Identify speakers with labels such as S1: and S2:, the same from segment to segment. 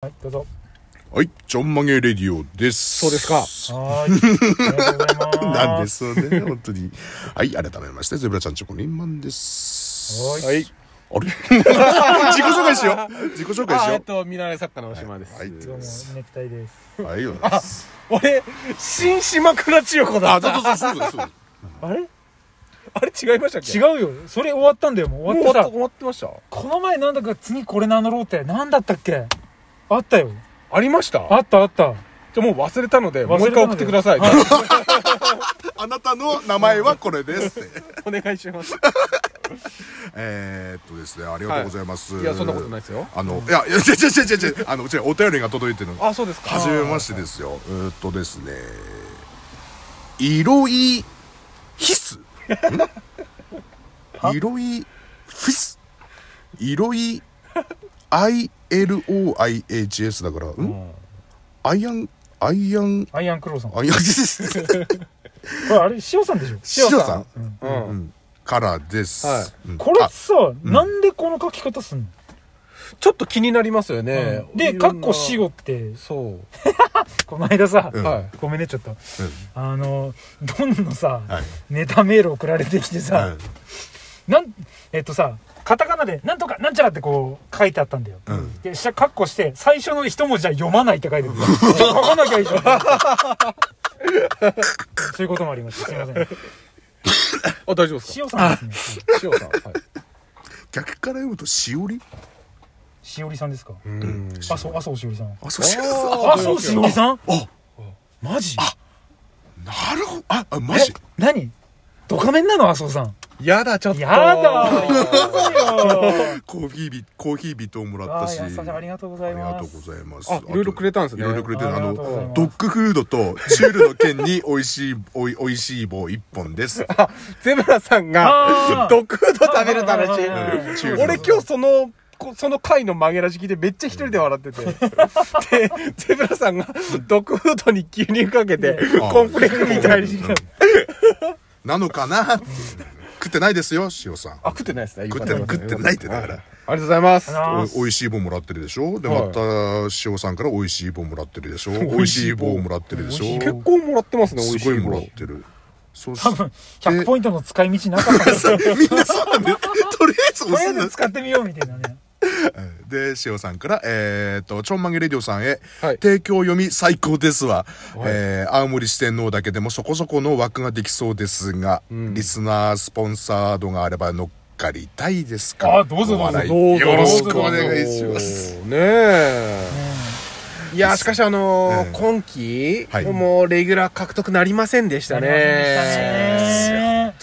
S1: はい、どうぞ。
S2: はい、ちょんまげレディオです。
S3: そうですか
S1: はーい。ありがとうございます。
S2: なんで。すよね、本当に。はい、改めまして、ゼブラちゃんチョコリンマンです。
S1: はーい。
S3: はい。
S2: あ れ自己紹介しよう。自己紹介し
S3: あえ
S2: よ
S3: っと、見習い作家の島です。
S2: はいはい
S1: どうも、ネクタイです。
S2: う。はい、よです。
S3: 俺、新島倉千代子だ
S2: あ、
S3: っ
S2: そ
S3: た。
S2: うそうそう、そうです。そうです
S1: あれ違
S3: あれ違いましたっけう。
S1: うよ。それ終わったんだよ、もう終
S3: 終
S1: わっ
S3: わったた。
S1: さ。
S3: 終わってました
S1: この前なんだか次これ名乗ろうって、なんだったっけあったよ。
S3: ありました
S1: あったあった。
S3: じゃあもう忘れたので、も
S1: 忘
S3: う
S1: れ
S3: 一
S1: た
S3: 回
S1: ので
S3: 送ってくだ さい。
S2: あなたの名前はこれですって。
S3: お願いします。
S2: えーっとですね、ありがとうございます。
S3: いや、そんなことないですよ。
S2: あの、いや、いや、違う違う違う違う、あの、違う、お便りが届いてるの。
S3: あ、そうですか。
S2: はじめましてですよ。えーっとですね、いろいヒス。んいろいフィス。いろい ILOIHS だから、んアイアン、アイアン、
S1: アイアンクローさん。こ
S2: アイアンです。
S1: れあれ、塩さんでしょ
S2: シオさん、
S3: う。
S2: うんん、からです。
S3: はい
S2: うん
S1: これ
S2: あ
S1: さ、なんでこの書き方すんの
S3: ちょっと気になりますよね。
S1: で、
S3: い
S1: カ
S3: ろん
S1: ッ
S3: な
S1: コ塩って、
S3: そ
S1: この間さ
S2: う、ん
S3: はい
S1: ごめんね、ちょっと。
S2: うん
S1: あの、ドンのさ、
S2: はい
S1: ネタメール送られてきてさ、
S2: うん
S1: なんえっとさカタカナで「なんとかなんちゃら」ってこう書いてあったんだよ、
S2: うん
S1: で下カッコして最初の一文字は読まないって書いてある書かなきゃいいじゃん そういうこともありましたすいません
S3: う。あ、大丈夫ですか
S1: 塩さんですね
S3: 千代さん。はい。
S2: 逆から読むとしおり
S1: しおりさんですか
S3: うん。
S1: 麻生麻生しおりさん
S2: あ、そうしおりさん
S3: あ
S1: 麻生しおりさん
S2: あ、
S1: マジ
S2: なるほど。あ、あマ
S1: え
S2: ジ
S1: 何ドカメンなの麻生さん
S3: やだ、ちょっと。
S1: やだー
S2: コーヒービ、コーヒービトもら
S1: あ
S2: った
S1: ー
S2: し。
S1: 安田さんありがとうござい
S2: ありが
S1: ま
S2: と
S1: す
S2: うございます。
S3: あいろいろくれたんですね
S2: いろいろくれてる。
S1: あ
S2: あ
S1: りがとうございま
S2: の
S1: す、
S2: ドッグフードとチュールの剣に美味しい、おい、美味しい棒一 本です。
S3: あゼブラさん
S1: あー
S3: が、ドッグフード食べる
S1: はい
S3: 話
S1: はいはいはい
S2: うんチュールの
S3: 俺今日その、こその回の曲げラジ聞いてめっちゃ一人で笑ってて。で、ゼブラさんが、ドッグフードに牛乳かけて、
S2: あ
S3: コンプレックスみたいに
S2: う
S3: し
S2: ん
S3: て。
S2: なのかなって食ってないですよ、塩さん。
S3: あ、食ってないですね。
S2: 食ってない、食ってないってだから。
S3: ありがとうございます。
S1: あ
S2: お美味しい棒もらってるでしょで、
S3: はい
S2: また、塩さんから美味しい棒もらってる でしょ美味しい棒もらってるでし
S1: 美味しい
S2: ょ
S3: 結構もらってますね、美味
S2: す
S3: し
S2: ごい
S3: い
S2: もらっ
S3: 棒。
S2: てる。そう
S1: 多分100ポイントの使い道なかったんです
S2: み んなそうなんだよ。とりあえず
S1: とりあ
S2: 押
S1: え
S2: すんだ
S1: ず使ってみようみたいなね
S2: で、塩さんから、えー、っと、ちょんまげレディオさんへ、
S3: はい
S2: 提供読み最高ですわ。えー、青森四天王だけでもそこそこの枠ができそうですが、リスナースポンサードがあれば乗っかりたいですか
S1: あどうぞどうぞ
S2: お笑い
S3: どうぞ
S2: よろしくお願いします。。
S3: ねえ。いや、しかしあのー
S2: ええ
S3: 今期、
S2: はい
S3: もうレギュラー獲得なりませんでしたね。
S1: ね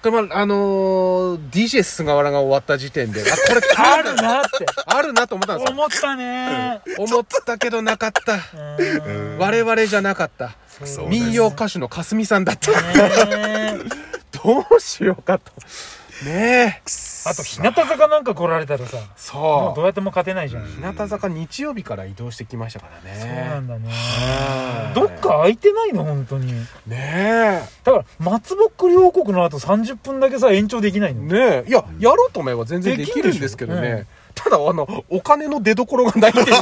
S3: これまあ、あのー、DJ 菅原が終わった時点で、あ、これ
S1: あ
S3: あ
S1: る
S3: る
S1: なって
S3: あるなと思ったんですよ。
S1: 思ったね
S3: 思ったけどなかった。
S1: うん
S3: 我々じゃなかった。
S2: そうです
S3: 民謡歌手のかすみさんだった。
S1: ね
S3: どうしようかと。ねえ。
S1: あと日向坂なんか来られたらさもうど
S3: そう。
S1: やっても勝てないじゃんそう
S3: 日向坂日曜日から移動してきましたからね。
S1: うなんだね
S3: はい
S1: どっか空いてないの本当に
S3: ね
S1: だから松ぼっくり王国の後30分だけさ延長できない
S3: え。
S1: の
S3: ねえ。いや、やろうと思えば全然
S1: で
S3: で
S1: き
S3: き
S1: るでしょ
S3: るんですけどね。
S1: うん
S3: ただ、あの、お金の出所がないってい うや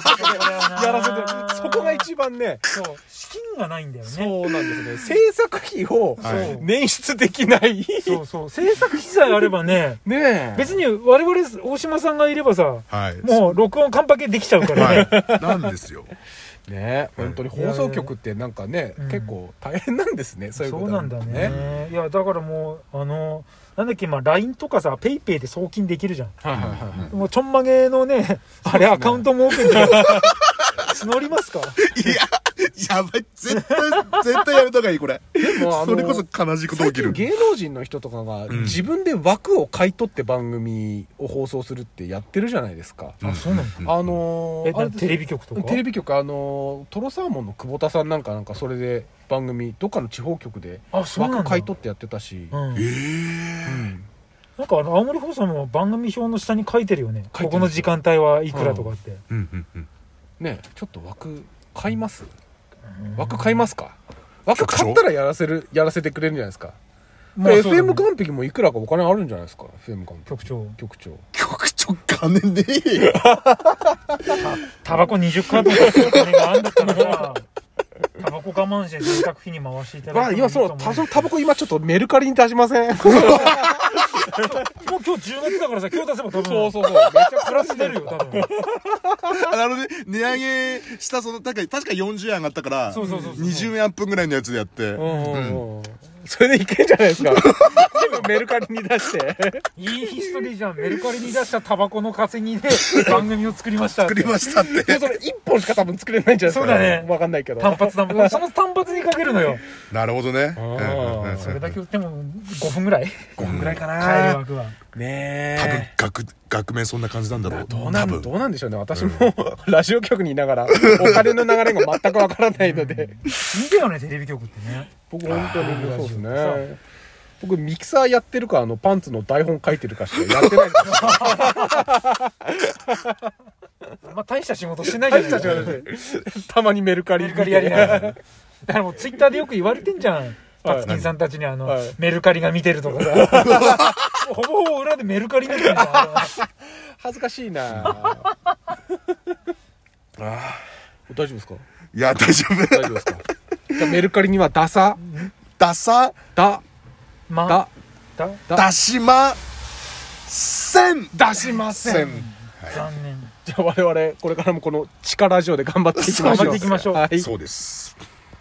S1: や
S3: らせてる。そこが一番ね。
S1: そう資金がないんだよね
S3: そうなんですね。制作費を
S2: はい
S3: 捻出できない。
S1: そうそう制作費さえあればね
S3: ねえ。
S1: 別に我々大島さんがいればさ
S2: はい。
S1: もう録音完パケできちゃうからね、
S2: はい。なんですよ。
S3: ねえ、本当に放送局ってなんかね、
S1: うん
S3: 結構大変なんですね。そういう
S1: そ
S3: こ
S1: う
S3: と
S1: なんだね。いやだからもうあのなんだっけまあ LINE とかさ PayPay で送金できるじゃん、
S3: はいはいはい。
S1: もうちょんまげのねあれアカウント設けて募りますか
S2: いや、 やばい。絶対、絶対やめた方がいい、これ。
S3: もあの
S2: それこそ悲しいこと起
S3: 最
S2: き
S3: 近
S2: る。
S3: 芸能人の人とかが
S2: ん
S3: 自分で枠を買い取って番組を放送するってやってるじゃないですか。
S1: あそうなの、
S3: あの
S1: え
S3: ー、あ
S1: な
S3: れ
S1: ん
S3: です
S1: テレビ局とか
S3: テレビ局あのートロサーモンの久保田さんなんかなんかそれで番組どっかの地方局で
S1: あそうなんだ
S3: 枠買い取ってやってたし、
S1: うん、
S2: えー
S1: なんかあの青森放送も番組表の下に書いてるよね
S3: 書いてる
S1: ここの時間帯はいくらとかって、
S2: うんうんうん
S3: ねえちょっと枠買います、枠買いますか枠買ったらやらせるやらせてくれるんじゃないですか
S1: まあそうだね
S3: FM 完璧もいくらかお金あるんじゃないですか FM 完璧
S1: 局長
S3: 局長
S2: 局長そっか、金ねえよ。
S1: タバコ20カートン買ってる金があんだ ったら、タバコ我慢して住宅費に回していただ
S3: ま
S1: い
S3: あ
S1: て
S3: 今そ
S1: もいいと思
S3: の、多少タバコ今ちょっとメルカリに出しません
S1: もう今日10月だからさ、今日出せば多分、
S3: そう
S1: う
S3: そうそう。めっちゃ
S1: プラス出るよ、多分。
S2: あなるほどね。値上げした、その、確か確か40円上がったから、
S1: そうそうそうそう
S2: 20円アップぐらいのやつでやって。
S3: うんそれでいけんじゃないですか。 全部メルカリに出して。
S1: いいヒストリーじゃん。メルカリに出したタバコの稼ぎで番組を作りました。
S2: 作りましたって。
S3: で もそれ一本しか多分作れないんじゃないですか。
S1: そうだね
S3: わかんないけど。
S1: 単発だもん。その単発にかけるのよ。
S2: なるほどね。
S3: あ
S2: う
S3: ー
S2: んうんうんうん
S1: それだけ売っても5分ぐらい
S3: こんぐらいか
S1: 帰る
S3: な。
S1: 枠は。
S3: ね
S2: 多分
S3: え。、
S2: 学、学名そんな感じなんだろう。
S3: どうな
S2: 多
S3: ん
S2: 分
S3: どうなんでしょうね。私も ラジオ局にいながら、お金の流れが全くわからないので。
S1: いいんだよね、テレビ局ってね。
S3: 僕本当にそうです
S1: ラジオ
S3: ね。僕ミキサーやってるか、あのパンツの台本書いてるかしかやってないです。
S1: まあ大した仕事してないじゃない
S3: たちはねたまにメルカリ。
S1: メルカリやりながら。だからもうツイッターでよく言われてんじゃん。パツキンさんたちにあの
S3: はい、
S1: メルカリが見てるとかさ。ほぼほぼ裏でメルカリ見てるじゃん。
S3: 恥ずかしい な大丈夫ですか
S2: いや、大丈夫。
S3: 大丈夫ですかじゃあメルカリにはダサ
S2: ダサ、
S3: ダ
S1: ま
S3: ダ
S1: だ
S2: ダシマ、せん
S3: 出しません
S1: 残念。
S3: じゃあ我々これからもこの地下ラジオで頑張っていきましょう
S1: 頑張っていきましょう
S3: はい
S2: そうです。